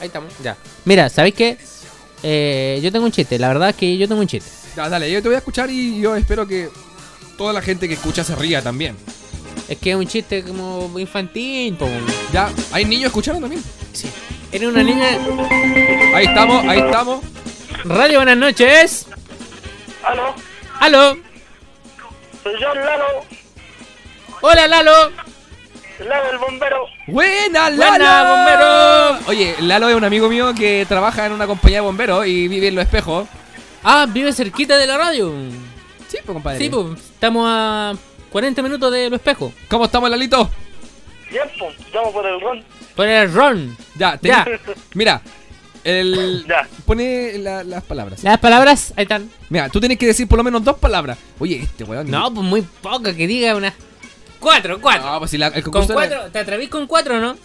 Ahí estamos. Ya. Mira, ¿sabéis qué? Eh, yo tengo un chiste, la verdad es que yo tengo un chiste. Ya, dale, yo te voy a escuchar y yo espero que toda la gente que escucha se ría también. Es que es un chiste como infantil, po. Ya, hay niños escuchando también. Sí. Era una niña. Ahí estamos, ahí estamos. Radio, buenas noches. Aló, ¡Aló! soy Ah, Pues yo Lalo, ¡Hola, Lalo! Lalo el bombero. Buena, Lalo. Buena, bombero. Oye, Lalo es un amigo mío que trabaja en una compañía de bomberos y vive en Los Espejos. Ah, vive cerquita de la radio. Sí, pues, compadre. Sí, po. Estamos a 40 minutos de Lo Espejo. ¿Cómo estamos, Lalito? Tiempo, llamo por el ron. Por el ron. Ya, te- Ya. Mira, el... Ya. Pone la- las palabras. Las palabras, ahí están. Mira, tú tienes que decir por lo menos dos palabras. Oye, este weón. No, pues muy poca que diga una. Cuatro, cuatro. No, pues si la- el con concurso era- cuatro, ¿te atrevís con cuatro o no?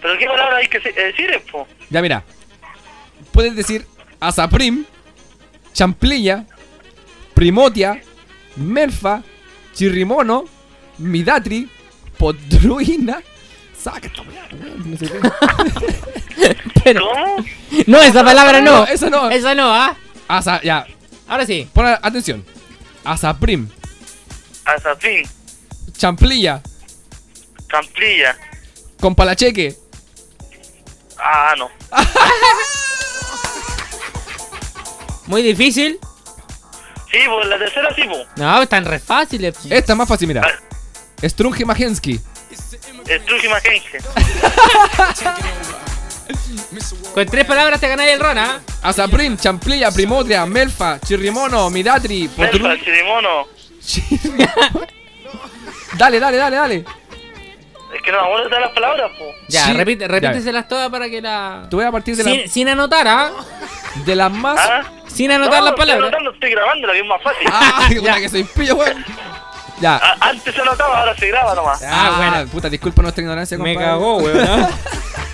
Pero qué palabra hay que se- eh, decir, eh, po. Ya, mira. Puedes decir azaprim, champlilla, primotia, melfa, chirrimono, midatri, podruina. Saca esta weá, weón, no sé qué. Pero. ¿Cómo? No, esa palabra no. Esa no. Esa no, ¿ah? Asa- ya, Ahora sí. pon a- atención. Azaprim, Azafín, champlilla, Camplilla. compalacheque. Ah, no. Muy difícil. Sí, pues la tercera sí, po. No, están re fáciles. Eh, Esta es más fácil, mira. Strunge Majensky. El truco imagínense. Con tres palabras te ganáis el ron, ¿ah? Azaprim, champlilla, primotia, melfa, chirrimono, midatri, Melfa, podruina. chirimono. dale, dale, dale, dale. Es que no, vamos a dar las palabras, po. Ya, Sí. repite, Ya. repíteselas todas para que la. Tú voy a partir de, Sin, sin anotar, ¿ah? la, de las más. ¿Ah? Sin anotar no, las estoy palabras. anotando, estoy grabando, la que es más fácil. ¡Ah! Ya. puta que soy pillo, weón! Ya. A- Ah, antes se anotaba, ahora se graba nomás. Ah, bueno. Puta, disculpa nuestra ignorancia, compadre. Me cagó, weón. ¿ah?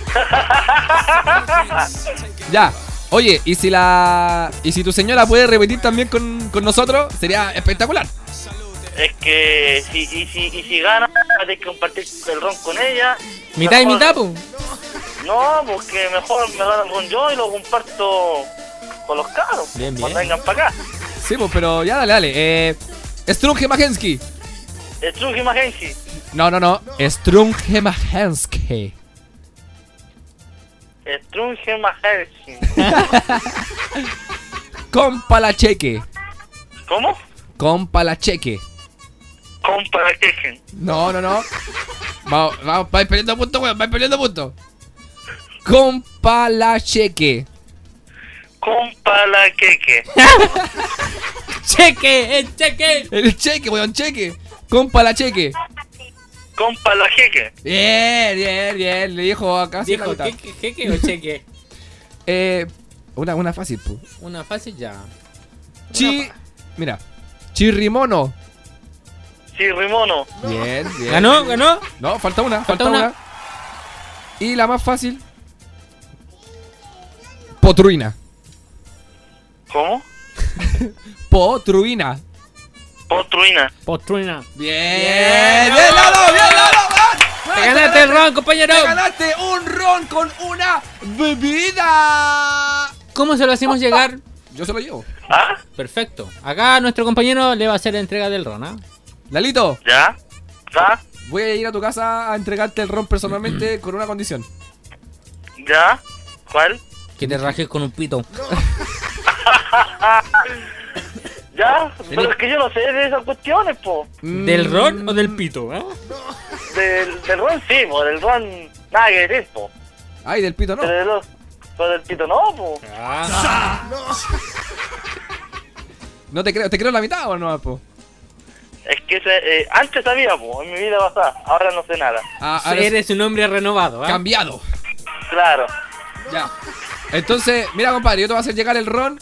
Ya. Oye, y si la. Y si tu señora puede repetir también con, con nosotros, sería espectacular. Es que si, y, si, y si gana, hay que compartir el ron con ella. Mitad y Mejor- mitad, pu. No, porque mejor me dan el ron yo y lo comparto con los caros. Bien, bien. Cuando vengan para acá. Sí, pues, pero ya dale, dale. Eh. Strunge Majensky. El truco imagínense. No, no, no. Strunge Majensky. El trunje majersi. Compalacheque. ¿Cómo? Compalacheque. Compara quejen. No, no, no. Vamos, vamos, vais perdiendo punto, weón, vais perdiendo punto. Compalacheque. Compara queque. Cheque, eh, cheque. El cheque, weón, cheque. Compalacheque. Compara queque. Bien, bien, bien. Le dijo a casi la Dijo, mitad. ¿qué, qué, qué, qué o cheque? Eh, una, una fácil, pu. Una fácil ya. Chi. Mira. Chirrimono. Chirrimono. Bien, bien. ¿Ganó? ¿Ganó? No, falta una, Falta falta, una. una. Y la más fácil. Potruina. ¿Cómo? Potruina. Potruina. Postruna. Bien, bien, Lalo, bien, Lalo. weón. Te ganaste el ron, compañero. Te ganaste un ron con una bebida. ¿Cómo se lo hacemos llegar? Yo se lo llevo. ¿Ah? Perfecto. Acá nuestro compañero le va a hacer la entrega del ron, ¿ah? Lalito, ¿Ya? ¿Ya? voy a ir a tu casa a entregarte el ron personalmente con una condición. ¿Ya? ¿Cuál? Que te rajes con un pito. ¿Ya? Pero es que yo no sé de esas cuestiones, po. Mm. ¿Del ron o del pito? ¿eh? Del, del ron sí, po. Del ron... Nada que decir, po. Ay, del pito no. Pero, de los- pero del pito no, po. No te creo, te creo la mitad o no, po. Es que se- eh, antes sabía, po. En mi vida pasada. Ahora no sé nada. Ah, ahora es Eres un hombre renovado, ¿ah? cambiado. Claro. Ya. Entonces, mira, compadre, yo te voy a hacer llegar el ron.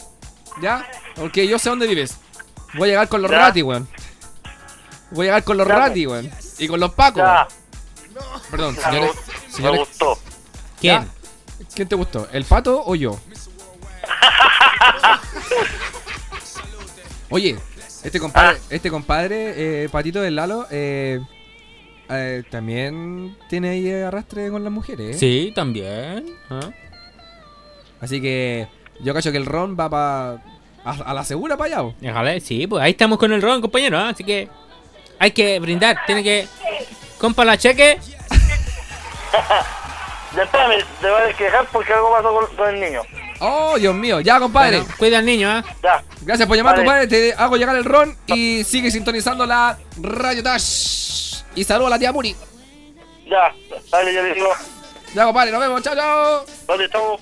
¿Ya? Porque yo sé dónde vives. Voy a llegar con los Ya. ratis, weón. Voy a llegar con los Ya, pues. ratis, weón. Y con los pacos. Ya. weón. Perdón, Me señores. gust- Me señores gustó. ¿Quién? ¿Quién te gustó? ¿El pato o yo? Oye, este compadre, este compadre eh, patito del Lalo, eh, eh, también tiene ahí arrastre con las mujeres. ¿eh? Sí, también. ¿ah? Así que yo cacho que el ron va para. A, a la segura para allá. po. Déjale, sí, pues ahí estamos con el ron, compañero, ¿ah? así que hay que brindar, tiene que... Compa la cheque, Ya está, me- te voy a quejar porque algo pasó con, con el niño. Oh, Dios mío. Ya, compadre. Bueno, cuida al niño, ¿ah? Ya. Gracias por llamar, Vale. compadre. Te hago llegar el ron y sigue sintonizando la Radio Tash. Y saludo a la tía Muni. Ya, dale, yo le digo, Ya, compadre, nos vemos. Chao, chao. ¿dónde estamos?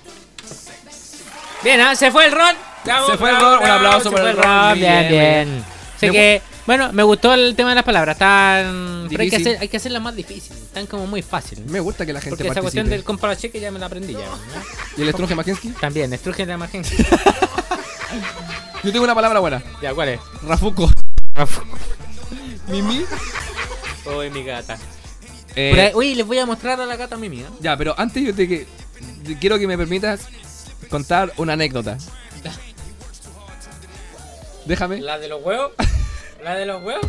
Bien, ¿ah? Se fue el ron. Bravo, Se fue el bravo, ron. Un bravo, aplauso se por fue el ron. Muy Bien, bien, bien. muy Así Me que, bueno, me gustó el tema de las palabras. Tan... Pero hay que, Difícil. hacer, hay que hacerla más difícil. Están como muy fácil. Me gusta que la gente Porque esa participe. cuestión del compa la cheque ya me la aprendí ya. ¿no? ¿Y el estruje Makinsky? También, estrujen la margen. Yo tengo una palabra buena. ya, ¿cuál es? Rafuco. Mimi. Uy, mi gata. Eh, Por ahí- uy, les voy a mostrar a la gata Mimi, ¿ah? Ya, pero antes yo te que te quiero que me permitas contar una anécdota. Déjame. ¿La de los huevos? ¿La de los huevos?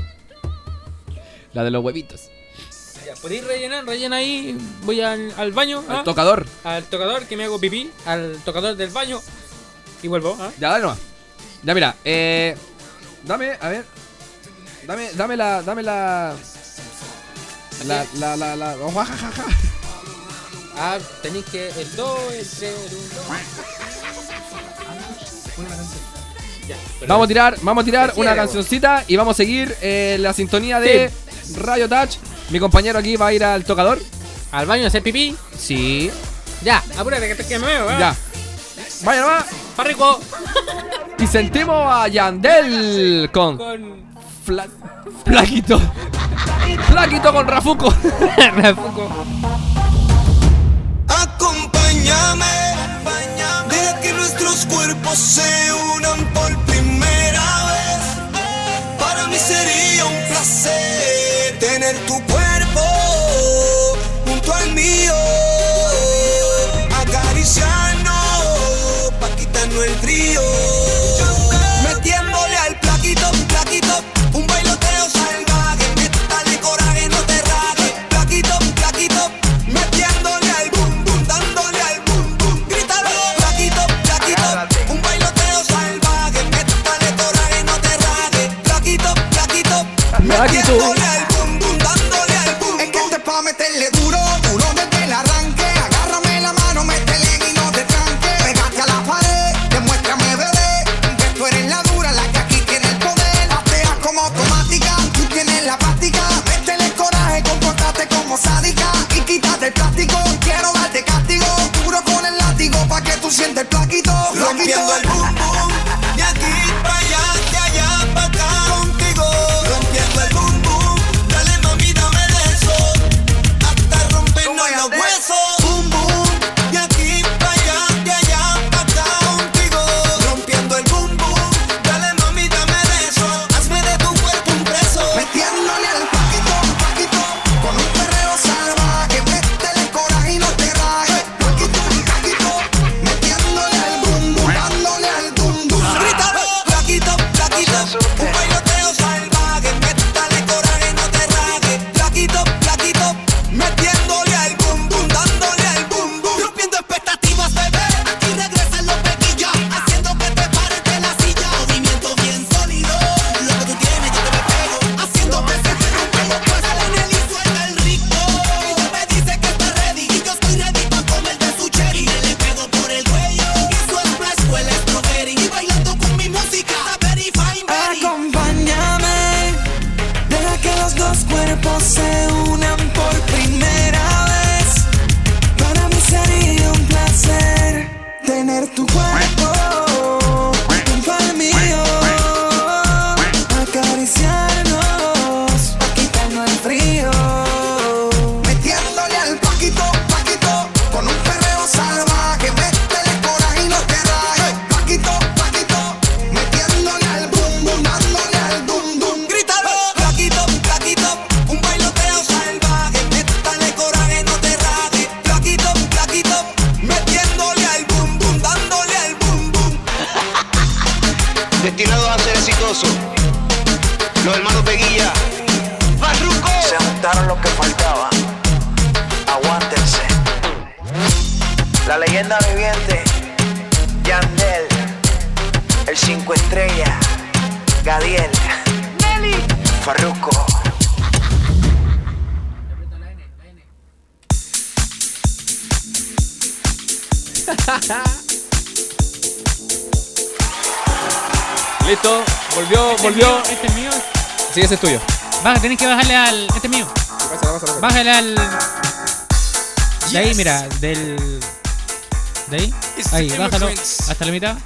La de los huevitos. Ya, podéis rellenar, rellena ahí. Voy al, al baño, ¿ah? El tocador. al tocador que me hago pipí, al tocador del baño y vuelvo, ¿ah? Ya, dale nomás. Ya, mira. Eh, dame, a ver. Dame, dame la, dame la... La, la, la, la... Oajajaja. Ah, tenéis que el 2, el 3, el 1. Ah, Vamos a tirar, vamos a tirar Decide, una vos. cancioncita y vamos a seguir eh, la sintonía de Radio Touch. Mi compañero aquí va a ir al tocador. Al baño a hacer pipí. Sí. Ya, apúrate que te quedas nuevo, ¿ah? Ya. Vaya nomás. Está rico. Y sentimos a Yandel con Con. Fla- Flaquito. Flaquito con Rafuco. Acompáñame, deja que nuestros cuerpos se unan por primera vez. Para mí sería un placer tener tu cuerpo junto al mío. Acariciarnos pa' quitarnos el frío. Metiéndole al plaquito, plaquito, un bailoteo salvaje. Dale coraje, no te rajes. Plaquito, plaquito, metiéndole al bum bum, dándole al bum bum. Grítalo, plaquito, plaquito, un bailoteo salvaje. Dale coraje, no te rajes. Plaquito, plaquito, Plaquito. metiéndole al bum bum, dándole al bum Es que este es pa' meterle duro, duro desde el arranque. Agárrame la mano, métele y no te tranque. Pégate a la pared, demuéstrame, bebé, que tú eres la dura, la que aquí tiene el poder. Atea como automática, tú tienes la práctica. Métele coraje, comportate como sádica. Y quítate el plástico, quiero darte castigo. Duro con el látigo, pa' que tú sientes el plaquito. Rompiendo el bum bum, de aquí pa' allá, de allá pa' acá. Contigo, rompiendo el bum bum, dale mami, dame de eso hasta rompernos los huesos. Boom, boom, de aquí para allá, de allá para acá contigo. Rompiendo el boom, boom, dale mami, dame de eso. Hazme de tu cuerpo un preso. Metiéndole al paquito, paquito, con un perreo salvaje. Métele el coraje y no te rajes. Paquito, paquito, metiéndole al boom, boom, dándole al boom, boom. Grítalo, plaquito, plaquito, un bailoteo salvaje. Métale coraje y no te rajes. Plaquito, plaquito, metiéndole al boom, boom, dándole al boom, boom. Rompiendo expectativas, bebé. Aquí regresan los pequillos, haciendo que te pares de la silla. Movimiento bien sólido. Lo que tú tienes, yo te me pego. Haciendo que se te rompe los huesos. Dale en el y suelta el ritmo. Ella me dice que está ready. Y yo estoy ready pa' comer de su cherry. Me le pego por el cuello. Y su splash fue el strawberry. Y bailando con mi música. Very fine, very. Acompáñame, deja que los dos cuerpos se unan por primera vez. Para mí sería un placer tener tu cuerpo junto al mío. Acariciarnos, pa' quitarnos el frío. Metiéndole al paquito, paquito, con un perreo salvaje, métele coraje y no te rajes. Paquito, paquito, metiéndole al bum bum, dándole al dum dum. Grítalo, paquito, paquito, un bailoteo salvaje, métele coraje, no te rajes. Paquito, paquito, metiéndole al bum bum, dándole al bum bum. destinados a ser exitosos. Los hermanos Peguilla. ¡Barruco! Se juntaron los que faltaba. Aguántense. La leyenda viviente Yandel, el 5 estrella, Gadiel, Farruco. Listo, volvió, Este es volvió. mío, Este es mío. Sí, ese es tuyo. Baja, tenés que bajarle al. Este es mío. Pásala, pásala, pásala. Bájale al. De ahí, mira, del. De ahí. Ahí, bájalo. Hasta la mitad.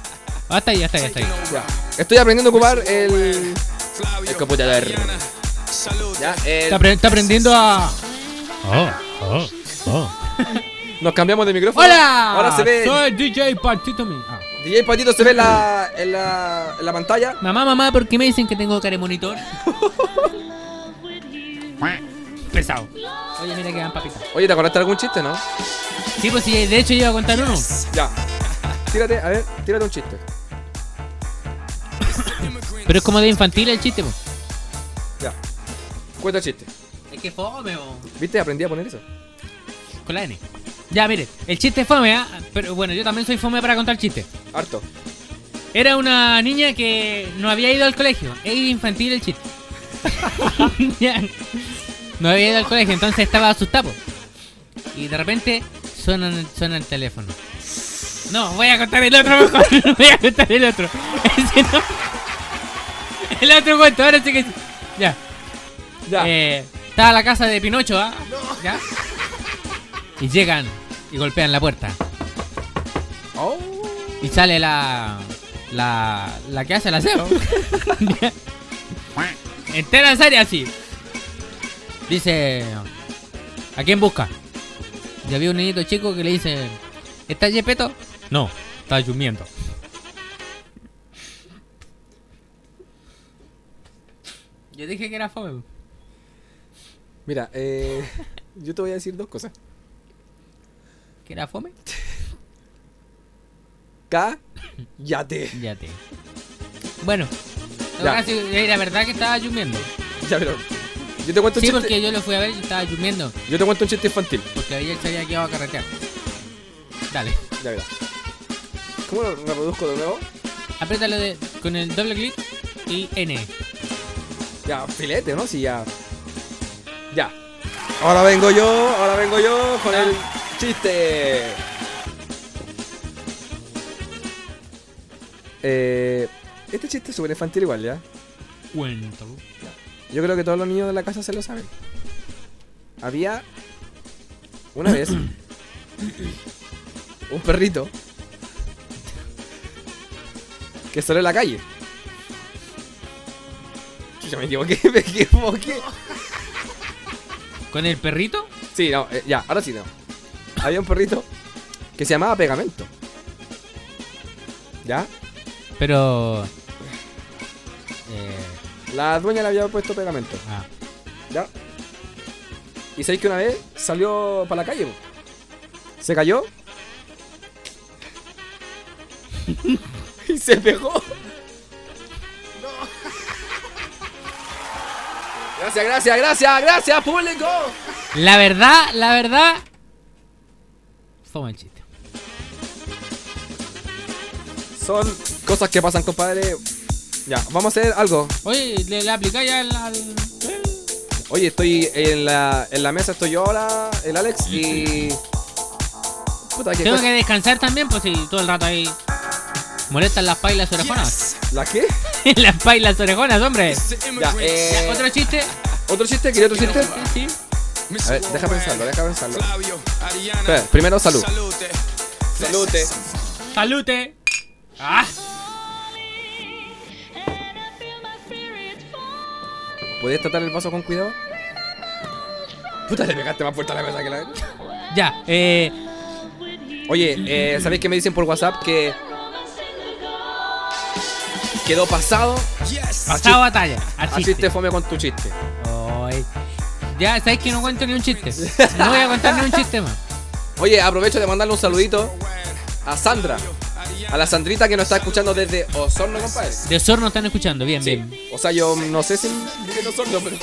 Hasta ahí, hasta ahí, hasta ahí. Ya. Estoy aprendiendo a ocupar el, el computador. Ya, el- Está, apre- está aprendiendo a. Oh, oh, oh. nos cambiamos de micrófono. ¡Hola! Ahora se ve. Soy DJ Patito Mi. Ah. DJ Patito se ve en la, en la, en la pantalla. Mamá, mamá, ¿por qué me dicen que tengo cara de monitor? Pesado. Oye, mira que dan papitas. Oye, ¿te acordaste de algún chiste, no? Sí, pues sí, de hecho yo iba a contar uno. Ya. Tírate, a ver, tírate un chiste. Pero es como de infantil el chiste, po. Ya. Cuenta el chiste. Es que fome, po. ¿Viste? Aprendí a poner eso. Con la N. Ya, mire, el chiste es fome, ¿ah? Pero bueno, yo también soy fome para contar chistes. Harto. Era una niña que no había ido al colegio. Es infantil el chiste. Ya. No había ido al colegio, entonces estaba asustado. Y de repente suena, suena el teléfono. No, voy a contar el otro mejor. voy a contar el otro. Ese no. El otro cuento, ahora sí que sí. Ya. Ya. Eh, estaba la casa de Pinocho, ¿ah? ¿Ya? Y llegan y golpean la puerta. Oh. Y sale la. La. La que hace el aseo. Entera serie así. Dice. ¿A quién busca? Y había un niñito chico que le dice. ¿Está Yepeto? No, está durmiendo. Yo dije que era fome. Mira, eh, yo te voy a decir dos cosas. ¿Que era fome? Cállate. Ya te. Bueno. no, Ya. casi- eh, la verdad que estaba durmiendo. Ya, pero. Yo te cuento un Sí, chiste. porque yo lo fui a ver y estaba durmiendo. Yo te cuento un chiste infantil. Porque ayer se había quedado a carretear. Dale. Ya verás. ¿Cómo lo reproduzco de nuevo? Apriétalo de- con el doble clic y N. Ya, filete, ¿no? Sí, ya. Ya. Ahora vengo yo, ahora vengo yo con el chiste. Eh, este chiste es súper infantil igual, ¿ya? Cuento. Yo creo que todos los niños de la casa se lo saben. Había una vez un perrito que salió a la calle. Ya me equivoqué, me equivoqué. ¿Con el perrito? Sí, no, eh, ya, ahora sí no. Había un perrito que se llamaba Pegamento. ¿Ya? Pero. Eh, La dueña le había puesto pegamento. ah. ¿Ya? Y sabéis que una vez salió para la calle, po. Se cayó. y se pegó. Gracias, gracias, gracias, gracias, público. La verdad, la verdad. Fue el chiste. Son cosas que pasan, compadre. Ya, vamos a hacer algo. Oye, le, le aplicá ya al. al- Oye, estoy en la, en la mesa, estoy yo ahora, el Alex y. Puta, ¿qué Tengo cosa? que descansar también, pues si todo el rato ahí. Molestan las pailas orejonas. ¿La qué? las pailas orejonas, hombre. Ya, eh, ¿Otro chiste? ¿Otro chiste? ¿Quería otro chiste? Sí. A ver, deja pensarlo, deja pensarlo. Espera, primero salud. Salute. ¡Salute! ¡Ah! ¿Puedes tratar el vaso con cuidado? Puta, le pegaste más fuerte a la mesa que la Ya, eh. Oye, eh, ¿sabéis que me dicen por WhatsApp que. Quedó pasado Pasado batalla. al Así. chiste fome con tu chiste. Ay. Ya, sabéis que no cuento ni un chiste. No voy a contar ni un chiste más. Oye, aprovecho de mandarle un saludito a Sandra. A la Sandrita que nos está escuchando desde Osorno, compadre. De Osorno están escuchando, bien, Sí. bien. O sea, yo no sé si en Osorno, pero.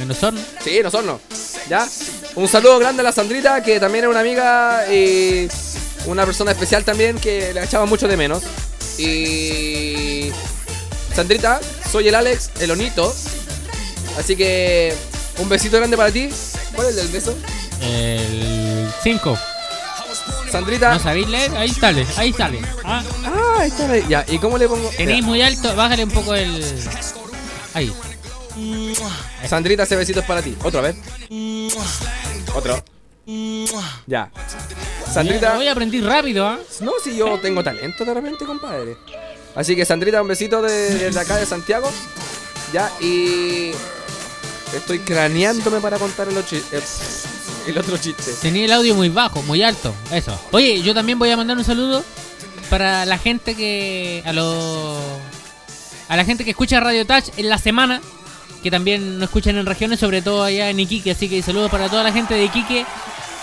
En Osorno. Sí, en Osorno. ¿Ya? Un saludo grande a la Sandrita, que también es una amiga y una persona especial también que la echaba mucho de menos. Y. Sandrita, soy el Alex, el Onito. Así que. Un besito grande para ti. ¿Cuál es el del beso? El 5. Sandrita. ¿No sabéis leer? Ahí sale, ahí sale. Ah, Ah, ahí está la- Ya, ¿y cómo le pongo? tenéis muy alto, bájale un poco el. Ahí. Ya, Sandrita, ese besito es para ti. Otra vez. Otro. Ya. Sandrita. Voy a aprender rápido, ¿ah? No, si yo tengo talento de repente, compadre. Así que Sandrita, un besito de- desde acá de Santiago. Ya, y. Estoy craneándome para contar el, ochi- el- el otro chiste. Tenía el audio muy bajo, muy alto, eso. Oye, yo también voy a mandar un saludo para la gente que a los a la gente que escucha Radio Touch en la semana, que también nos escuchan en regiones, sobre todo allá en Iquique, así que saludos para toda la gente de Iquique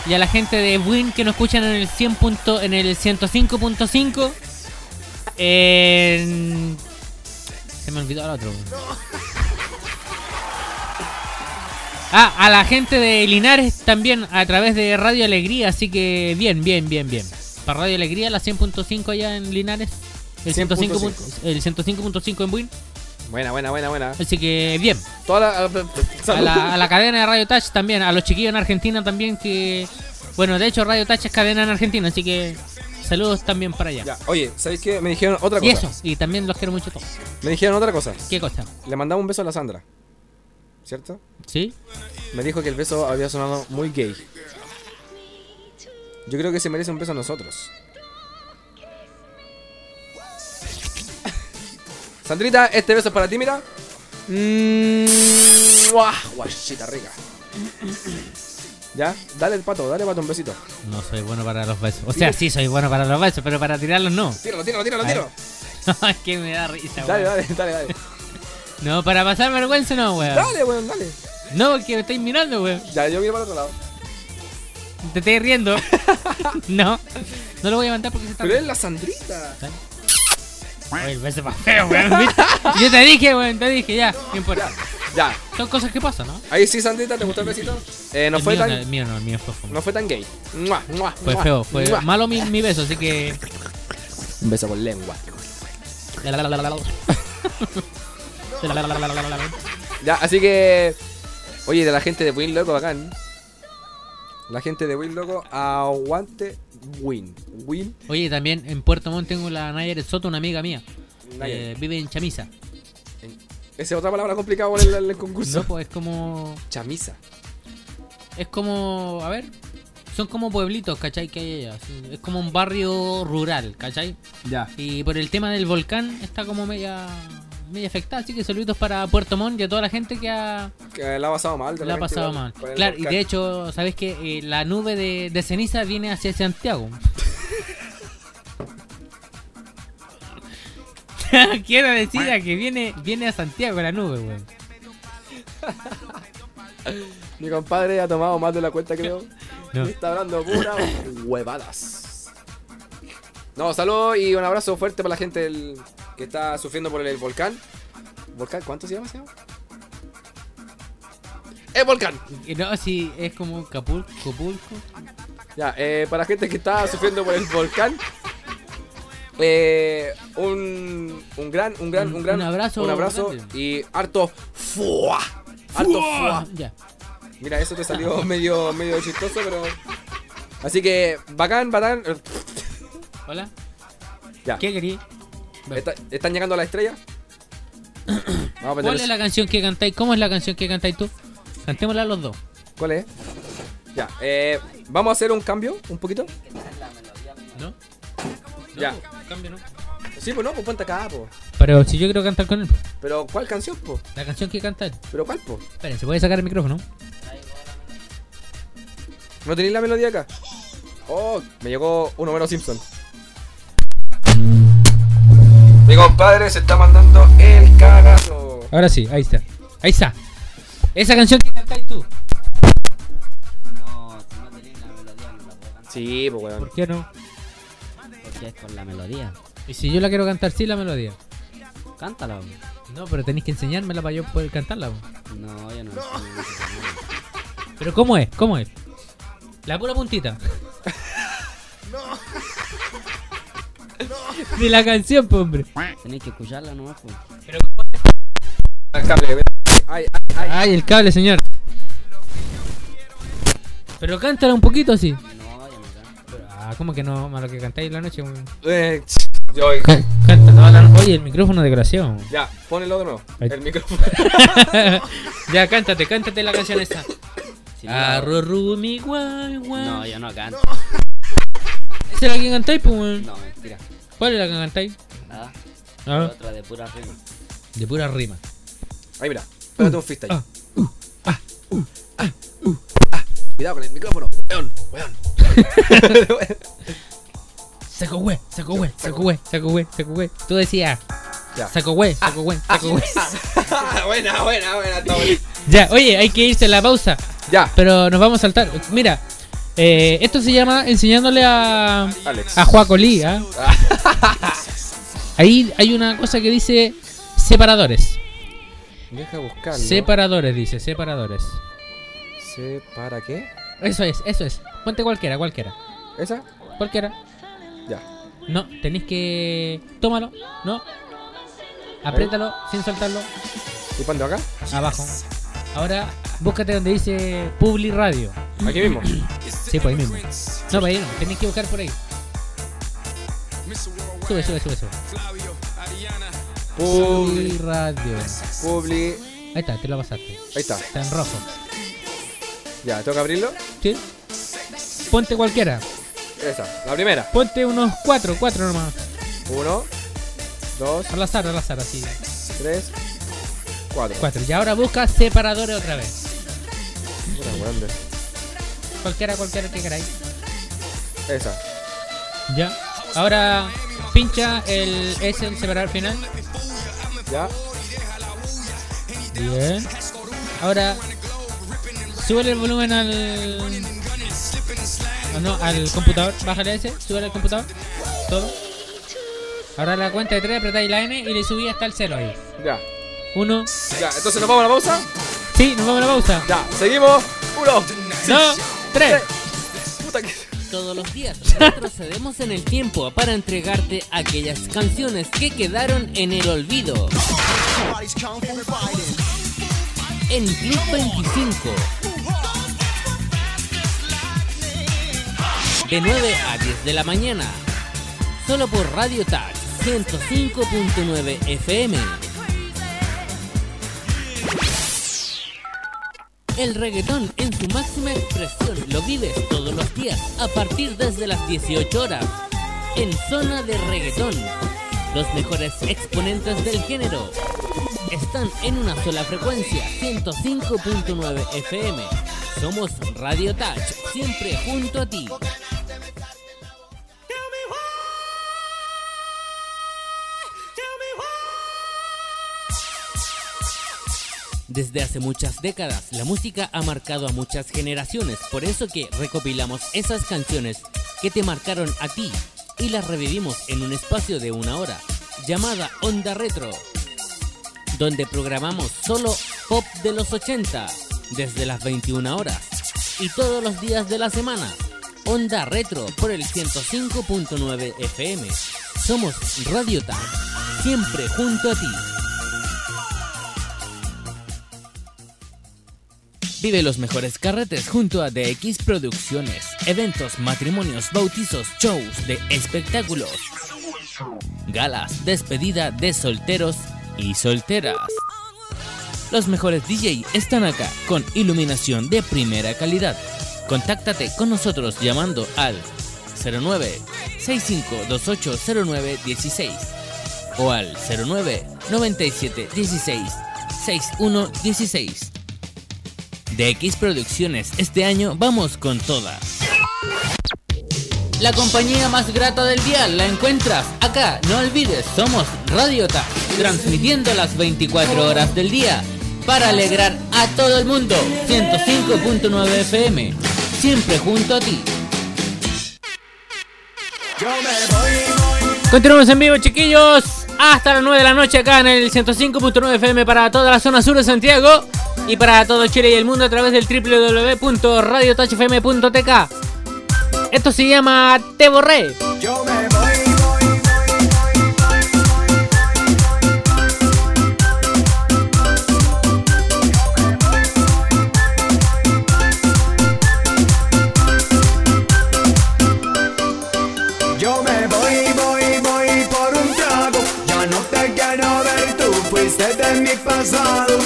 y a la gente de Win que nos escuchan en el 100 punto, en el 105.5 en- se me olvidó el otro. Ah, a la gente de Linares también a través de Radio Alegría, así que bien, bien, bien, bien. Para Radio Alegría, la 100.5 allá en Linares, el 105.5 100.5. el 105.5 en Buin, Buena, buena, buena, buena. así que bien. Toda la- A la, a la cadena de Radio Touch también, a los chiquillos en Argentina también que... Bueno, de hecho Radio Touch es cadena en Argentina, así que saludos también para allá. Ya, oye, ¿sabéis qué? Me dijeron otra Y cosa. eso, y también los quiero mucho a todos. Me dijeron otra cosa. ¿Qué cosa? Le mandaba un beso a la Sandra. ¿Cierto? ¿Sí? Me dijo que el beso había sonado muy gay. Yo creo que se merece un beso a nosotros. Sandrita, este beso es para ti, mira. Mm, ¡Guau! Guachita rica. Ya, dale el pato, dale pato un besito. No soy bueno para los besos. O sea, sí soy bueno para los besos, pero para tirarlos no. Tíralo, tíralo, tíralo, Ahí. tíralo. es que me da risa, Dale, weón. dale, dale, dale. Ah. No, para pasar vergüenza no, weón. Dale, weón, dale. No, porque me estáis mirando, weón. Ya, yo miro para el otro lado. Te estáis riendo. no. No lo voy a levantar porque se está... Pero es la Sandrita. Oye, el beso más feo, weón. ¿viste? Yo te dije, weón, te dije, ya. No importa. Ya, Son cosas que pasan, ¿no? ahí sí, Sandrita, ¿te gustó el besito? Eh, no El fue mío tan. el mío no, el mío fue fome. No fue tan gay. Mua, mua, Fue mua, feo, fue mua. malo mi, mi beso, así que... Un beso con lengua. La, la, la, la, la, la. La, la, la, la, la, la, la. Ya, así que. Oye, de la gente de Win Loco, bacán. La gente de Win Loco, aguante Win. Win. Oye, también en Puerto Montt tengo la Nayer Soto, una amiga mía. Nayer. Eh, vive en Chamisa. Esa es otra palabra complicada por el, el concurso. No, pues es como... Chamisa. Es como, a ver, son como pueblitos, ¿cachai? Que hay allá. sí. Es como un barrio rural, ¿cachai? Ya. Y por el tema del volcán está como media, media afectada. Así que saludos para Puerto Montt y a toda la gente que ha, Que la ha pasado mal. de la ha repente, pasado igual, mal. con el Claro, y volcán. de hecho, ¿sabes que La nube de, de ceniza viene hacia Santiago. Quiero decir a que viene, viene a Santiago la nube, weón. Mi compadre ha tomado más de la cuenta, creo. No. Está hablando puras huevadas. No, saludos y un abrazo fuerte para la gente del- que está sufriendo por el, volcán. ¿Volcán? ¿Cuánto se llama? ¿Se llama? ¡El volcán! Y No, sí, es como Capulco, Capulco. Ya, eh, para la gente que está sufriendo por el volcán. eh, un, un gran, un gran, Un- un gran. un abrazo Un abrazo grande. y harto fuá. Harto fuá. Ya. Mira, eso te salió medio, medio chistoso, pero. Así que, bacán, bacán. Hola. Ya. ¿Qué querías? Está- ¿Están llegando a la estrella? Vamos a ¿Cuál prenderles- es la canción que cantáis? ¿Cómo es la canción que cantáis tú? Cantémosla los dos. ¿Cuál es? Ya, eh, vamos a hacer un cambio, un poquito. ¿No? Ya. po, Cambio, ¿no? Sí, pues no, pues ponte acá, po. Pero si yo quiero cantar con él, po. Pero ¿cuál canción, po? la canción que canta él. ¿Pero cuál, po? Esperen, ¿se puede sacar el micrófono? ¿No tenéis la melodía acá? Oh, me llegó un Homero Simpson. Mi compadre se está mandando el cagazo. Ahora sí, ahí está. Ahí está. Esa canción que cantáis tú. No, si no tenéis la melodía no la puedo cantar Sí, pues weón. ¿Por qué no? porque es con la melodía. Y si yo la quiero cantar, sí, la melodía. Cántala. hombre. No, pero tenéis que enseñármela para yo poder cantarla. po. No, yo no lo sé. no sé cómo. Pero ¿cómo es? ¿Cómo es? La pura puntita. de la canción, pues, hombre. Tenéis que escucharla nomás, pues. El cable, mira. Ay, ay, ay. Ay, el cable, señor. Pero cántala un poquito así. No, ya no canto. Ah, ¿cómo que no? Malo que cantáis la noche, weón. Eh, yo, Ca- Canta toda la noche. Oye, el micrófono de grabación. ya, ponelo de nuevo. Ahí. El micrófono. ya, cántate, cántate la canción esa. Si no- Arrorú, mi guay, guay. No, yo no canto. ¿Esa es la que cantáis, pues, weón? No, mentira. ¿Cuál es la que cantáis? Nada. Ah, Otra de pura rima. de pura rima. Ahí, mira. Pégate un freestyle. ah, uh, Cuidado con el micrófono. Weón, weón. Saco güey, saco güey, saco güey, saco güey, saco güey. Tú decías, Ya. saco güey, saco güey, Ah, saco güey. buena, buena, buena, Ah, todo bien. Ya, oye, hay que irse a la pausa, Ya, pero nos vamos a saltar. Mira, eh, esto se llama enseñándole a, a Alex. Joaco Lee, ¿ah? Ahí hay una cosa que dice separadores. Deja buscarlo. Separadores, dice, separadores. ¿Separa qué? Eso es, eso es. Ponte cualquiera, cualquiera. ¿Esa? Cualquiera. Ya. No, tenéis que... Tómalo, ¿no? Apriétalo sin soltarlo. ¿Y cuándo acá? Abajo. Ahora, búscate donde dice Publi Radio. Aquí mismo. Sí, por ahí mismo. No, por ahí no. Tenés que buscar por ahí. Sube, sube, sube, sube. Publi Publi. Radio. Publi. Ahí está, te lo pasaste. Ahí está. Está en rojo. Ya, ¿tengo que abrirlo? ¿Sí? Ponte cualquiera. Esa, la primera. Ponte unos cuatro, cuatro nomás. Uno, dos, Al azar, al azar, así. tres, cuatro. Cuatro. Y ahora busca separadores otra vez. Puta, weón, de- Cualquiera, cualquiera que queráis. Esa. Ya. Ahora pincha el es el separador final. Ya. Bien. Ahora, sube el volumen al. o no, al computador. Bájale ese, sube al computador. Todo. Ahora la cuenta de 3, apretáis la N y le subí hasta el 0 ahí. Ya. 1. Ya. Entonces nos vamos a la pausa. Sí, nos vamos a la pausa. Ya. Seguimos. Uno. 2, 3. Puta que. Todos los días retrocedemos en el tiempo para entregarte aquellas canciones que quedaron en el olvido. En Club 25. De 9 a 10 de la mañana. Solo por Radio Tag 105.9 FM. El reggaetón en su máxima expresión lo vives todos los días a partir desde las 18 horas en Zona de Reggaetón. Los mejores exponentes del género están en una sola frecuencia, 105.9 FM. Somos Radio Touch, siempre junto a ti. Desde hace muchas décadas, la música ha marcado a muchas generaciones, por eso que recopilamos esas canciones que te marcaron a ti y las revivimos en un espacio de una hora, llamada Onda Retro, donde programamos solo pop de los 80, desde las 21 horas y todos los días de la semana. Onda Retro por el 105.9 FM. Somos Radio Tag, siempre junto a ti. Vive los mejores carretes junto a DX Producciones, eventos, matrimonios, bautizos, shows de espectáculos, galas, despedida de solteros y solteras. Los mejores DJ están acá con iluminación de primera calidad. Contáctate con nosotros llamando al 09 6528 0916 o al 09 97 16 6116. DX Producciones, este año vamos con todas. La compañía más grata del día la encuentras acá, no olvides, somos Radio Tag, transmitiendo las 24 horas del día para alegrar a todo el mundo. 105.9 FM, siempre junto a ti. Continuamos en vivo, chiquillos. Hasta las 9 de la noche acá en el 105.9 FM para toda la zona sur de Santiago y para todo Chile y el mundo a través del www.radiotachfm.tk. Esto se llama Te Borré. Yo me voy, voy, voy. viste de mi pasado.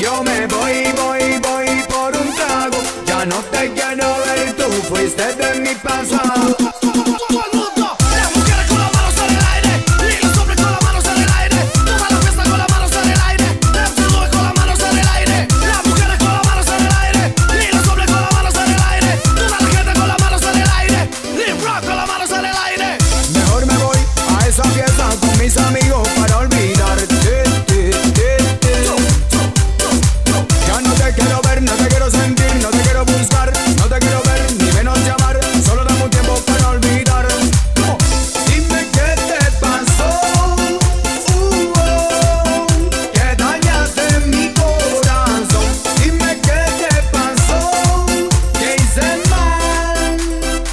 Yo me voy, voy, voy por un trago. Ya no te quiero ver, tú fuiste de mi pasado. Todo el mundo, las mujeres con las manos en el aire, y los hombres con las manos en el aire. Toda la fiesta con las manos en el aire, las mujeres con las manos en el aire, las mujeres con las manos en el aire, y los hombres con las manos en el aire. Toda la gente con las manos en el aire, y rock con las manos en el aire. Mejor me voy a esa fiesta con mis amigos para olvidarte. ti, ti, ti. Ya no te quiero ver, no te quiero sentir, no te quiero buscar, no te quiero ver, ni menos llamar. Solo dame un tiempo para olvidar. Oh, Dime qué te pasó, uh, oh, que dañaste mi corazón. Dime qué te pasó, que hice mal.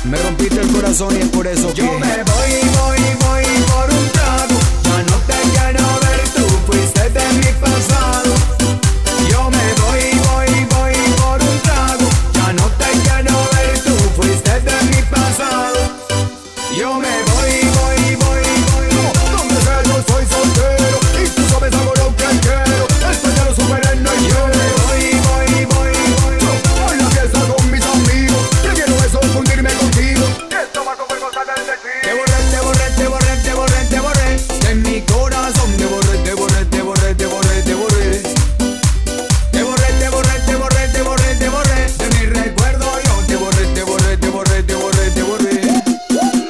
Me rompiste el corazón y es por eso que yo me voy, voy, voy por un trago. Ya no te quiero ver, tú fuiste de mi pasado. Yo me voy, voy, voy por un trago. Ya no te quiero ver, tú fuiste de mi pasado. Yo me voy, voy, voy, voy. No, donde sea yo soy soltero y tú sabes hago lo que quiero. Esto ya lo superé, no hay yo. Me voy, voy, voy, voy. Yo, en la fiesta con mis amigos. Prefiero eso fundirme contigo. Que el estómago fue cosa del destino. Te borré, te borré, te borré, te borré, te borré. De mi corazón te borré, te borré, te borré, te borré, te borré. Te borré, te borré, te borré, te borré, te borré. De mi recuerdo yo te borré, te borré, te borré, te borré, te borré.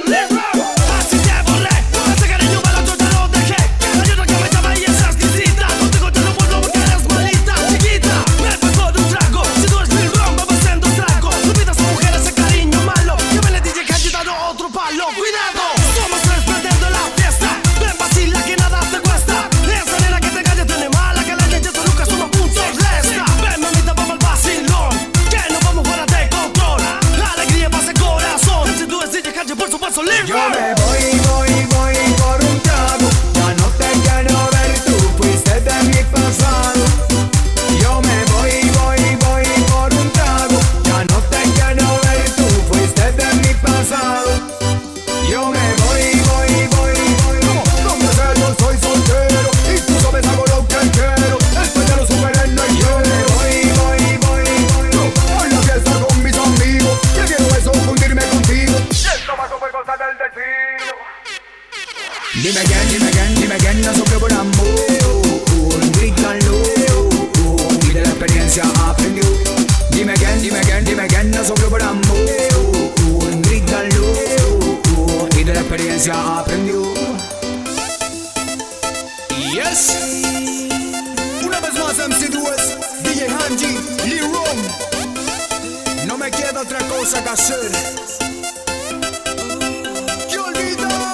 Así te borré, con ese cariño barato te lo dejé. Que hay otra que me llama y es exquisita. Contigo te lo vuelvo porque eres malita, chiquita. Me pegó de un trago, si tú eres mi ron, vamos en dos tragos. Tú pidas a mujeres ese cariño malo. Yo me le dije que hay dado otro palo, cuidado. Somos tres prendiendo la fiesta. Ven vacila que nada te cuesta. Esa nena que te engaña tiene mala, que la leche nunca suma puntos resta. Ven mamita, vamos al vacilón, que nos vamos fuera de control. La alegría pasa el corazón. Si tú eres DJ Calle, por supuesto, libre. Yo me voy, voy, voy por un trago. Ya no te quiero ver, tú fuiste de mi pasado. Yo me voy, voy, voy por un trago. Ya no te quiero ver, tú fuiste de mi pasado. Yo me voy, voy, voy, voy. No, no me sé, yo soy soltero. Y tú sabes hago lo que quiero. Esto ya lo superé, no hay yo me voy, voy, voy, voy. No, a la fiesta con mis amigos. Que quiero eso, fundirme contigo. Y esto pasó fue cosa del destino. Dime quién, dime quién, dime quién no sufrió por amor. Grítalo, y de la experiencia aprendió. Dime quién, dime quién, dime quién no sufrió por amor. Grítalo, y de la experiencia aprendió. Yes. Una vez más MC Dues, DJ Hanji, Lee Rom. No me queda otra cosa que hacer. que olvidarte.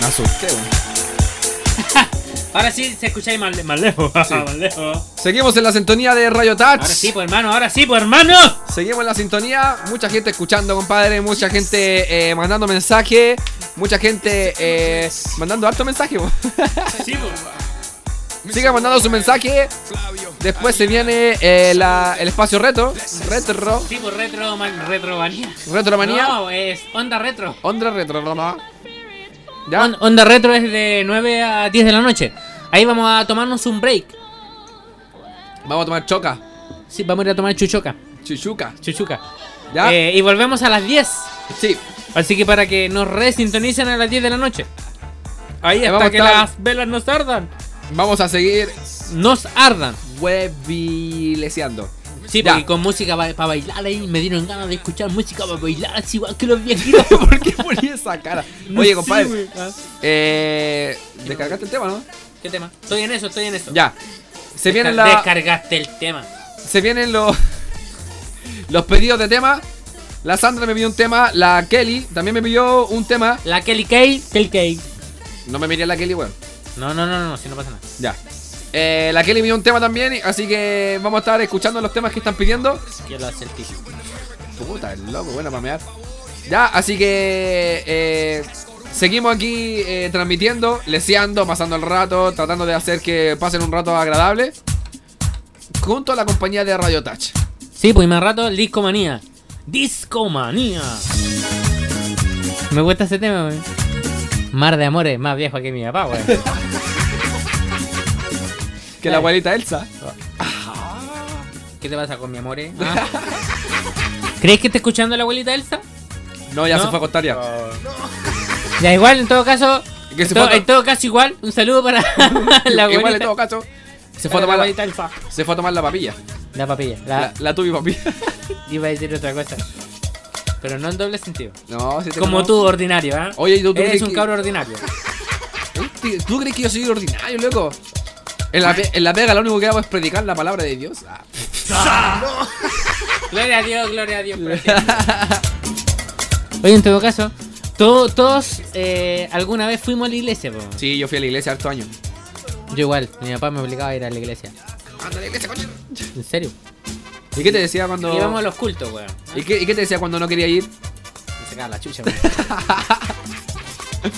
Me asusté, weón. Ahora sí se escucháis más, más lejos. Sí. más lejos. Seguimos en la sintonía de Radio Touch. Ahora sí, pues hermano, ahora sí, pues hermano. Seguimos en la sintonía. Mucha gente escuchando, compadre. Mucha gente eh, mandando mensaje. Mucha gente eh, mandando harto mensaje. weón. Sí, pues. Siga mandando su mensaje. Después se viene eh, la- el espacio reto. Retro. Sí, pues retro, man- retromanía. Retromanía. No, es onda retro. Onda retro. ¿no? ¿Ya? On- onda retro es de 9 a 10 de la noche. Ahí vamos a tomarnos un break. Vamos a tomar choca. Sí, vamos a ir a tomar chuchoca. Chichuca. Chuchuca. ¿Ya? Eh, y volvemos a las 10. sí. Así que para que nos resintonicen a las 10 de la noche. Ahí hasta vamos a que estar- las velas nos ardan. Vamos a seguir Nos ardan. webileseando. Sí, Ya. porque con música para bailar ahí me dieron ganas de escuchar música para bailar así igual que los viejitos. ¿Por qué poní esa cara? Oye, Sí, compadre. güey. Ah, Eh, descargaste el tema, ¿no? ¿Qué tema? Estoy en eso, estoy en eso. Ya. Se Descar- vienen, la, Descargaste el tema. se vienen los, los pedidos de tema. La Sandra me pidió un tema. La Kelly también me pidió un tema. La Kelly Kay, Kelly Kay. No me miré a la Kelly, weón. No, no, no, no, no, si no pasa nada. Ya. Eh, la Kelly me pidió un tema también. Así que vamos a estar escuchando los temas que están pidiendo. Yo lo sentí. Puta, el loco, buena mamear. Ya, así que eh, seguimos aquí eh, transmitiendo, leseando, pasando el rato, tratando de hacer que pasen un rato agradable. Junto a la compañía de Radio Touch. Sí, pues y más rato, discomanía. Discomanía. Me gusta ese tema, weón. Mar de amores, más viejo que mi papá, weón. Que la abuelita Elsa. ¿Qué te pasa con mi amor? eh? Ah. ¿Crees que está escuchando la abuelita Elsa? No, ya No. se fue a contar ya. Ya igual, en todo caso. Que en, se todo, fue a- en todo caso, igual, un saludo para la abuelita. Igual en todo caso. Se fue, a para la tomar abuelita la, Elsa. se fue a tomar la papilla. La papilla. La, La, la tubi papilla. Iba a decir otra cosa. Pero no en doble sentido. No, si te Como tú, ordinario, ¿eh? Oye, ¿y tú- tú Eres crees un que- cabro ordinario. Hostia, ¿Tú crees que yo soy ordinario, loco? En la, pe- en la pega lo único que hago es predicar la palabra de Dios. Ah, Gloria a Dios, gloria a Dios. Oye, en todo caso, to- todos eh, alguna vez fuimos a la iglesia, po. sí, yo fui a la iglesia harto año. Yo igual, mi papá me obligaba a ir a la iglesia. Anda, la iglesia, coño. ¿En serio? ¿Y qué te decía cuando.? Íbamos a los cultos, weón. ¿Y qué, y qué te decía cuando no quería ir? Me sacaba la chucha, weón.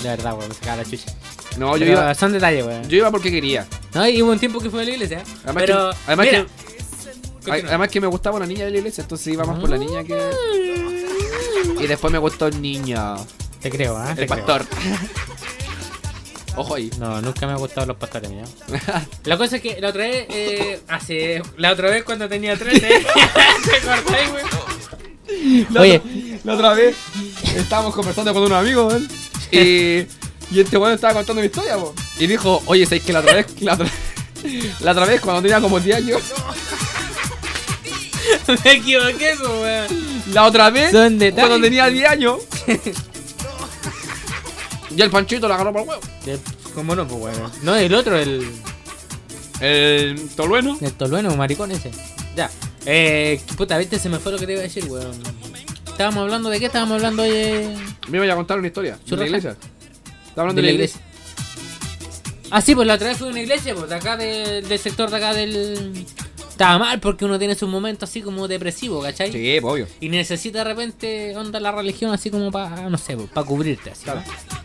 De verdad, weón, me sacaba la chucha. No, yo Pero iba, Son detalles, weón. yo iba porque quería. No, y hubo un tiempo que fui a la iglesia. Además pero, que- además mira, A- Además que me gustaba una niña de la iglesia, entonces iba más por la niña que. Y después me gustó el niño. te creo, ¿eh? El Te creo. pastor. Ojo ahí. No, nunca me han gustado los pastores, mira. La cosa es que la otra vez, eh, hace. La otra vez cuando tenía 13, te cortáis, güey. Oye, La otra vez estábamos conversando con un amigo, weón. Y, y este weón estaba contando mi historia, po. Y dijo, oye, ¿sabes que la otra vez, la otra, la otra vez cuando tenía como 10 años, me equivoqué, pues, weón. la otra vez Son detalles, cuando tenía po. 10 años. Y el panchito la agarró por el huevo. ¿Cómo no, pues, weón? No, el otro, el. El tolueno. El tolueno, un maricón ese. Ya. Eh, puta, viste, se me fue lo que te iba a decir, weón. Estábamos hablando de qué estábamos hablando, oye. A mí me voy a contar una historia. De la Churrasca. iglesia. Estaba hablando de la iglesia. Ah, sí, pues la otra vez fui a una iglesia, pues de acá de- del sector de acá del. Estaba mal porque uno tiene sus momentos así como depresivo, ¿cachai? Sí, po, obvio. Y necesita de repente, onda, la religión así como para, no sé, para cubrirte así. Claro. ¿no?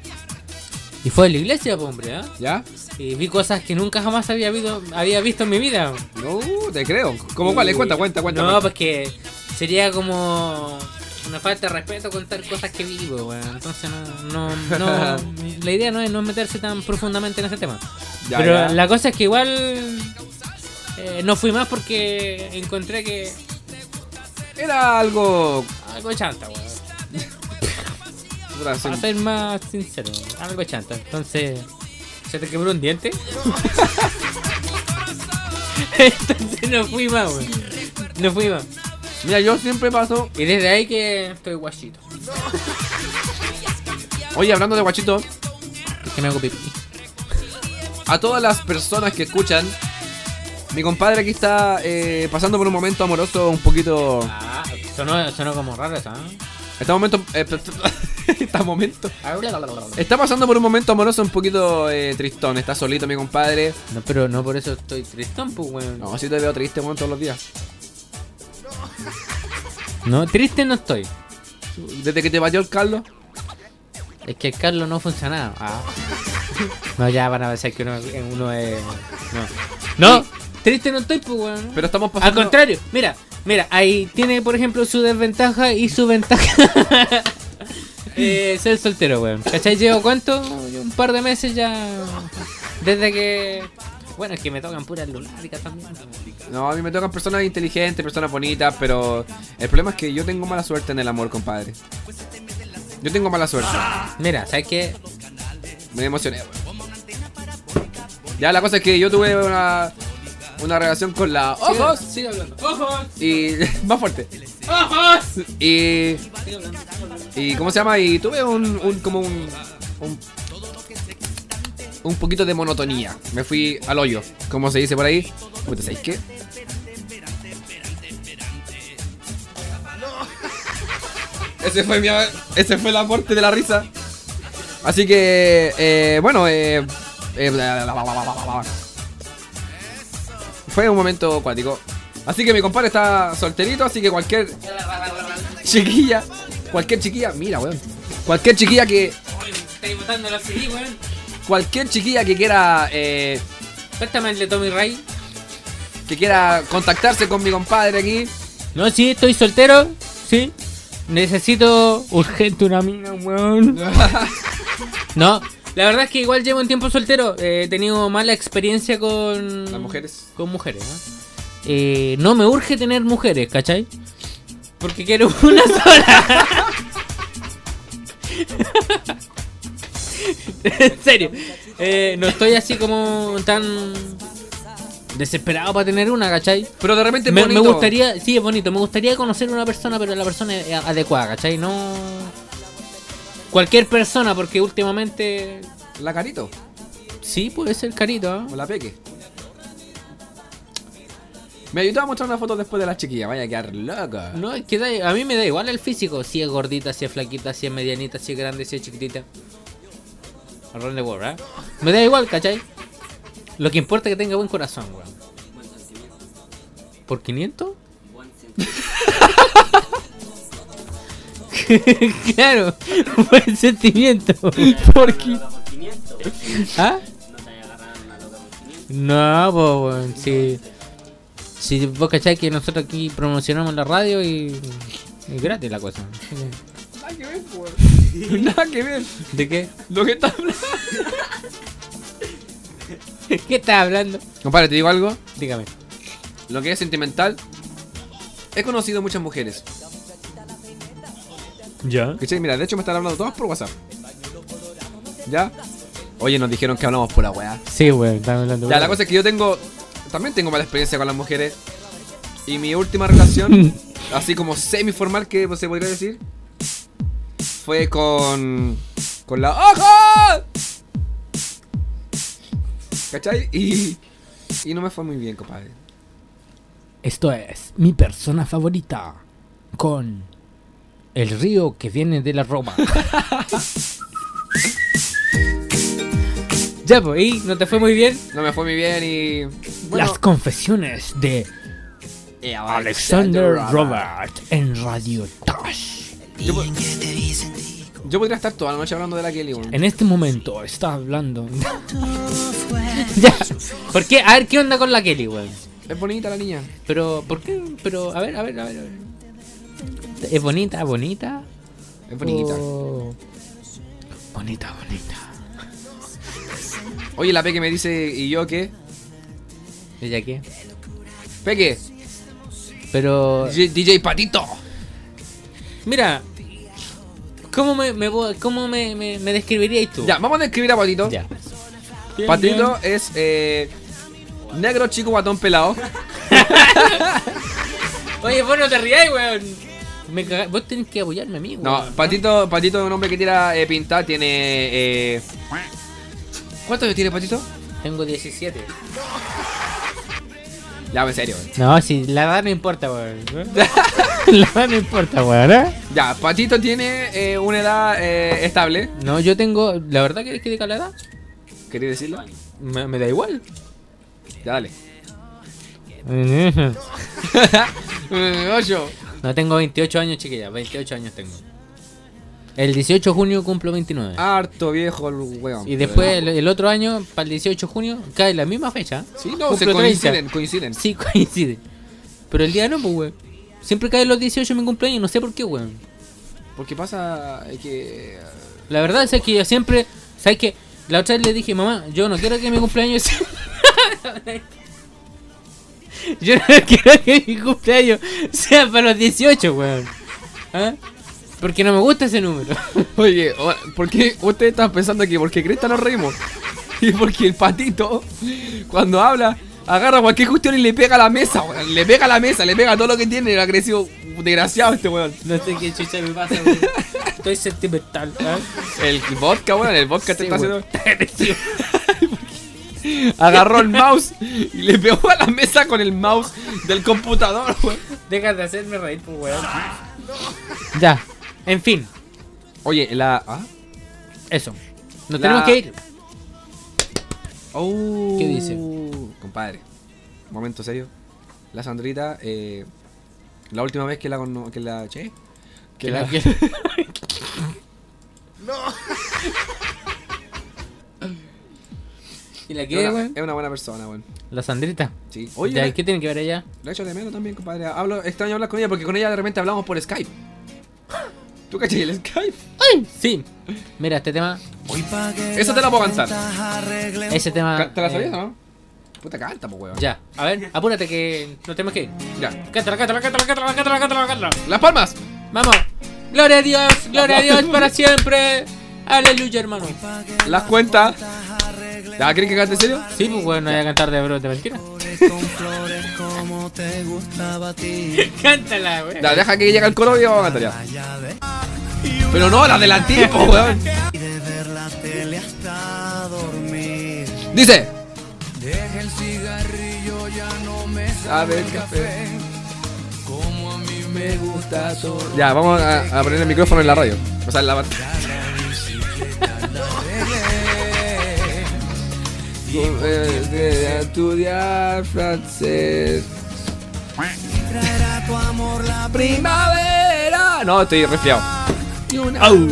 Y fue a la iglesia, pues, hombre, ¿ah? ¿Ya? Y vi cosas que nunca jamás había, visto- había visto en mi vida. No, te creo. ¿Cómo cuál? Y- Eh, Cuenta, cuenta, cuenta. No, cuenta. pues que sería como una falta de respeto contar cosas que vivo, weón. Entonces no, no, no la idea no es no meterse tan profundamente en ese tema. Ya, Pero ya. la cosa es que igual eh, no fui más porque encontré que Era algo. algo chanta, weón. puta, se- Para ser más sincero, algo chanta. Entonces, ¿se te quebró un diente? Entonces no fui más, weón. No fui más. Mira, yo siempre paso. Y desde ahí que estoy guachito. Oye, hablando de guachito, Porque me hago pipí. a todas las personas que escuchan, mi compadre aquí está eh, pasando por un momento amoroso un poquito. Ah, sonó, sonó como raro esa, ¿eh? Está momento. eh, está momento. Está pasando por un momento amoroso un poquito eh, tristón. Está solito mi compadre. No, pero no por eso estoy tristón, pues, weón. No, sí te veo triste weón, todos los días. No, triste no estoy. Desde que te batió el Carlos. Es que el Carlos no funcionaba. Ah. No, ya van a pensar que uno, uno es. No. No, triste no estoy, pues, weón. Pero estamos pasando. Al contrario, mira, mira, ahí tiene, por ejemplo, su desventaja y su ventaja. eh, ser soltero, weón. ¿Cachai? Llevo cuánto? Un par de meses ya. Desde que. Bueno, es que me tocan puras lunáticas también. No, a mí me tocan personas inteligentes, personas bonitas, pero el problema es que yo tengo mala suerte en el amor, compadre. Yo tengo mala suerte. Mira, ¿sabes qué? Me emocioné. weón. Ya la cosa es que yo tuve una, una relación con la ojos Sigue hablando. ¡Ojos! y más fuerte. ¡Ojos! Y y cómo se llama y tuve un, un como un, un un poquito de monotonía. Me fui al hoyo, como se dice por ahí. Puta, ¿sabéis qué? Ese fue mi ese fue el aporte de la risa. Así que eh, bueno, eh, eh, bla, bla, bla, bla, bla, bla, bla. fue un momento acuático. Así que mi compadre está solterito, así que cualquier chiquilla, cualquier chiquilla, mira, weón. Cualquier chiquilla que Estáis botando la CD, weón. cualquier chiquilla que quiera eh, Cuéntame el de Tommy Ray. que quiera contactarse con mi compadre aquí, No, sí, estoy soltero. Sí. Necesito urgente una mina, weón. no, la verdad es que igual llevo un tiempo soltero. eh, he tenido mala experiencia con. Las mujeres. Con mujeres, ¿no? Eh, no me urge tener mujeres, ¿cachai? Porque quiero una sola. en serio. Eh, no estoy así como tan desesperado para tener una, ¿cachai? Pero de repente Este es me, me bonito. gustaría, sí, es bonito, me gustaría conocer una persona, pero la persona es adecuada, ¿cachai? No cualquier persona, porque últimamente La carito. sí puede ser carito, ¿ah? O la peque. Me ayudó a mostrar una foto después de la chiquilla. Vaya a quedar loca. No, es que da- a mí me da igual el físico, si es gordita, si es flaquita, si es medianita, si es grande, si es chiquitita. Around the world, ¿eh? Me da igual, ¿cachai? Lo que importa es que tenga buen corazón, weón. ¿Por 500? claro, buen sentimiento. ¿Por qué? ¿Ah? No, pues, weón, sí. Si vos cachai que nosotros aquí promocionamos la radio y. Es gratis la cosa. Nada que ver, weón. Nada que ver. ¿De qué? Lo que está hablando. ¿Qué estás hablando? Compadre, te digo algo. Dígame. Lo que es sentimental. He conocido muchas mujeres. ¿Ya? ¿Cachai? Mira, de hecho me están hablando todas por WhatsApp. ¿Ya? Oye, nos dijeron que hablamos por la weá. Sí, weón, estaba hablando. Ya, la cosa es que yo tengo. También tengo mala experiencia con las mujeres. Y mi última relación, así como semi-formal que pues, se podría decir, fue con. con la ¡Ojo! ¿Cachai? Y. Y no me fue muy bien, compadre. Esto es mi persona favorita con el río que viene de la Roma. ya, pues, ¿y no te fue muy bien? No me fue muy bien y. Bueno, eh, Las confesiones de Alexander Robert en Radio Tash. yo, po- yo podría estar toda la noche hablando de la Kelly, weón. En este momento está hablando. ya. ¿Por qué? A ver, ¿qué onda con la Kelly, weón? Es bonita la niña. Pero, ¿por qué? Pero, a ver, a ver, a ver. a ver. ¿Es bonita, bonita? Es bonita. o- Bonita, bonita. Oye, la Peque me dice, ¿y yo qué? ¿Ella qué? Peque, Pero, DJ, DJ Patito. mira, ¿cómo me, me, vo- cómo me, me, me describirías tú? Ya, vamos a describir a Patito. ya. Patito es eh, negro chico guatón pelado. Oye, vos no te rías, weón. Me caga- Vos tenés que apoyarme a mí, weón. No, Patito, Patito es un hombre que tira eh, pinta, tiene... Eh, ¿Cuántos años tiene Patito? Tengo 17. Ya, en serio. eh. No, si la edad no importa, weón. la edad no importa, weón, ¿eh? Ya, Patito tiene eh, una edad eh, estable. No, yo tengo. ¿La verdad querés que diga la edad? ¿Queréis decirlo? Me, me da igual. Ya, dale. Eh, Ocho. No tengo 28 años, chiquilla. 28 años tengo. El 18 de junio cumplo 29. Ah, Harto viejo el weón. y después el, el otro año, para el 18 de junio, cae la misma fecha. Sí, no, se Cumplo 30. coinciden, coinciden. Sí, coincide. Pero el día no, pues, weón. Siempre cae los 18 en mi cumpleaños, no sé por qué, weón. Porque pasa eh, que... eh, La verdad es que yo siempre. ¿Sabes qué? La otra vez le dije, mamá, yo no quiero que mi cumpleaños. sea- yo no quiero que mi cumpleaños sea para los 18, weón. ¿Ah? Porque no me gusta ese número. Oye, o- ¿por qué ustedes están pensando que porque Cresta nos reímos? Y porque el patito, cuando habla, agarra cualquier cuestión y le pega a la mesa, weón. Le pega a la mesa, le pega todo lo que tiene, el agresivo, desgraciado este weón. No sé qué chucha me pasa, weón. Estoy sentimental, ¿ah? El vodka, weón, el vodka te Sí, está weón. haciendo. Agarró el mouse y le pegó a la mesa con el mouse del computador, weón. Deja de hacerme reír, pues, weón. Ya. En fin, Oye, la. ¿ah? eso. Nos tenemos La- que ir. Oh. ¿Qué dice? Compadre, momento serio. La Sandrita, eh, la última vez que la. cono- Que la che, que la- ¿Y la es, qué, una, weón? es una buena persona, weón. La Sandrita. Sí. Oye, Oye, la- ¿qué tiene que ver ella? la echo de menos también, compadre. Hablo, extraño hablar con ella porque con ella de repente hablamos por Skype. ¿Tú cachai el Skype? ¡Ay! Sí. Mira, este tema. Esa te la puedo cantar. Ese tema. ¿Te la eh, sabías, no? Puta, canta, pues, weón. Ya. A ver, apúrate que nos tenemos que ir. Ya. Cántala, cántala, cántala, cántala, cántala, cántala, cántala. Las palmas. Vamos. Gloria a Dios, gloria a Dios para siempre. Aleluya, hermano. Las cuentas. ¿La creen que cante en serio? Sí, pues bueno, voy a cantar de brote mentira. Cántala, güey. Ya, deja que llegue el coro y vamos a cantar ya. Pero no, la del antiguo, weón. Dice. Sabe el café. Ya, vamos a, a poner el micrófono en la radio. O sea, en la pantalla. eh, estudiar francés. Primavera. No, estoy resfriado. Au.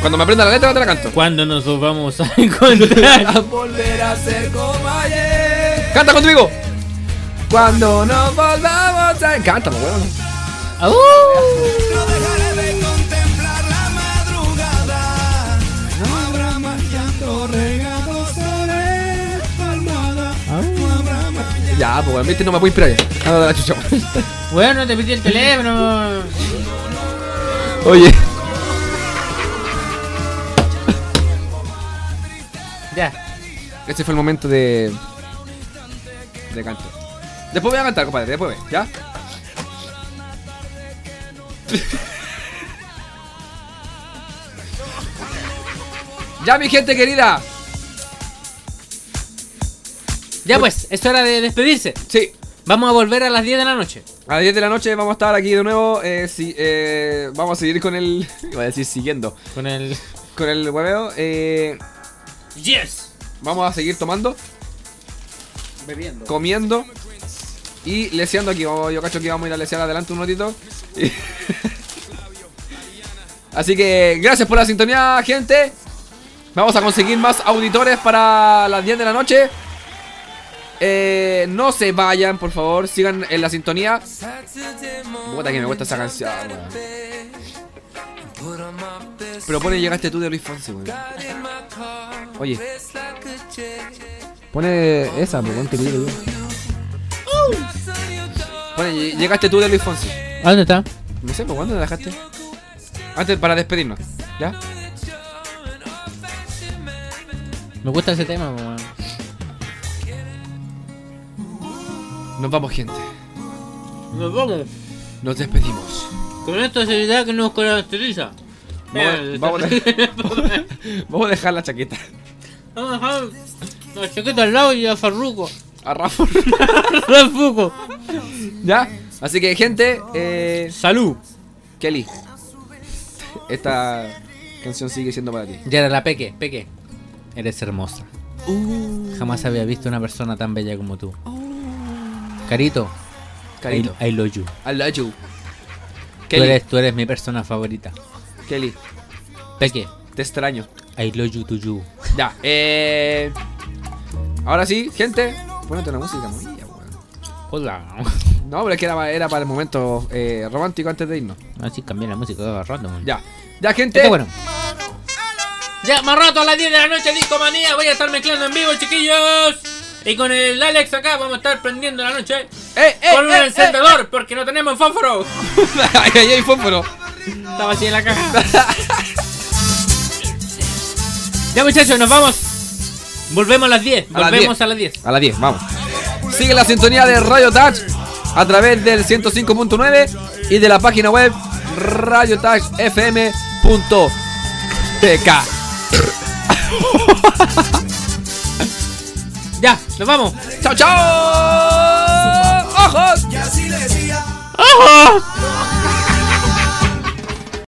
Cuando me aprenda la letra, te la canto. ¿Cuándo nos vamos a encontrar? volver a ser como ayer. Canta conmigo. Cuando nos volvamos a. Cántalo, weón. Ah, uh. ¡Au! Ah. Ya, pues weón, viste, no me puedo inspirar ya. Ah, la chucha. Bueno, te pidí el teléfono. Oye. Ya. Este fue el momento de. de canto. Después voy a cantar, compadre, después ve, ¿ya? ya, mi gente querida. Ya pues, es hora de despedirse. Sí, Vamos a volver a las 10 de la noche. A las 10 de la noche vamos a estar aquí de nuevo. Eh, si- eh, vamos a seguir con el. Iba a decir siguiendo. Con el. Con el hueveo. eh, Yes. vamos a seguir tomando, Bebiendo. comiendo y leseando aquí. Vamos- yo cacho que vamos a ir a lesear adelante un ratito. Y- Así que gracias por la sintonía, gente. Vamos a conseguir más auditores para las 10 de la noche. Eh, no se vayan, por favor. Sigan en la sintonía. Puta que me gusta esa canción, weón. Pero pone llegaste tú de Luis Fonsi, weón. Oye. Pone esa, pero ponte libre, Pone "Lle- llegaste tú de Luis Fonsi. ¿A dónde está? No sé, ¿por cuándo la dejaste? Antes para despedirnos, ¿ya? Me gusta ese tema, weón. Nos vamos, gente. Nos vamos. Nos despedimos. Con esta seriedad que nos caracteriza. Vamos, vamos a, vamos a dejar la chaqueta. Vamos a dejar la chaqueta al lado y a Farruco. A Rafa. Farruco. ¿Ya? Así que, gente, eh, Salud. Kelly. Esta canción sigue siendo para ti. Ya era la Peque, Peque. Eres hermosa. Jamás había visto una persona tan bella como tú. Carito, Carito. I, I love you. I love you. Tú Kelly, eres, tú eres mi persona favorita. Kelly, Peque, te extraño. I love you to you. Ya, eh. Ahora sí, gente, ponete una música muy weón. Hola. No, pero es que era, era para el momento eh, romántico antes de irnos. Así cambié la música todo el rato. man. Ya, ya, gente. Está bueno. Ya, más rato a las 10 de la noche, Discomanía. Voy a estar mezclando en vivo, chiquillos. Y con el Alex acá vamos a estar prendiendo la noche ¡Eh, eh! con un eh, encendedor porque no tenemos fósforo. eh. Ahí hay fósforo. Estaba así en la caja. ya, muchachos, nos vamos. Volvemos a las 10. A las Volvemos 10. a las 10. A las 10, vamos. Sigue la sintonía de Radio Touch a través del 105.9 y de la página web radiotouchfm.tk. Ya, nos vamos. ¡Chao, chao! ¡Ojos! ¡Ojo!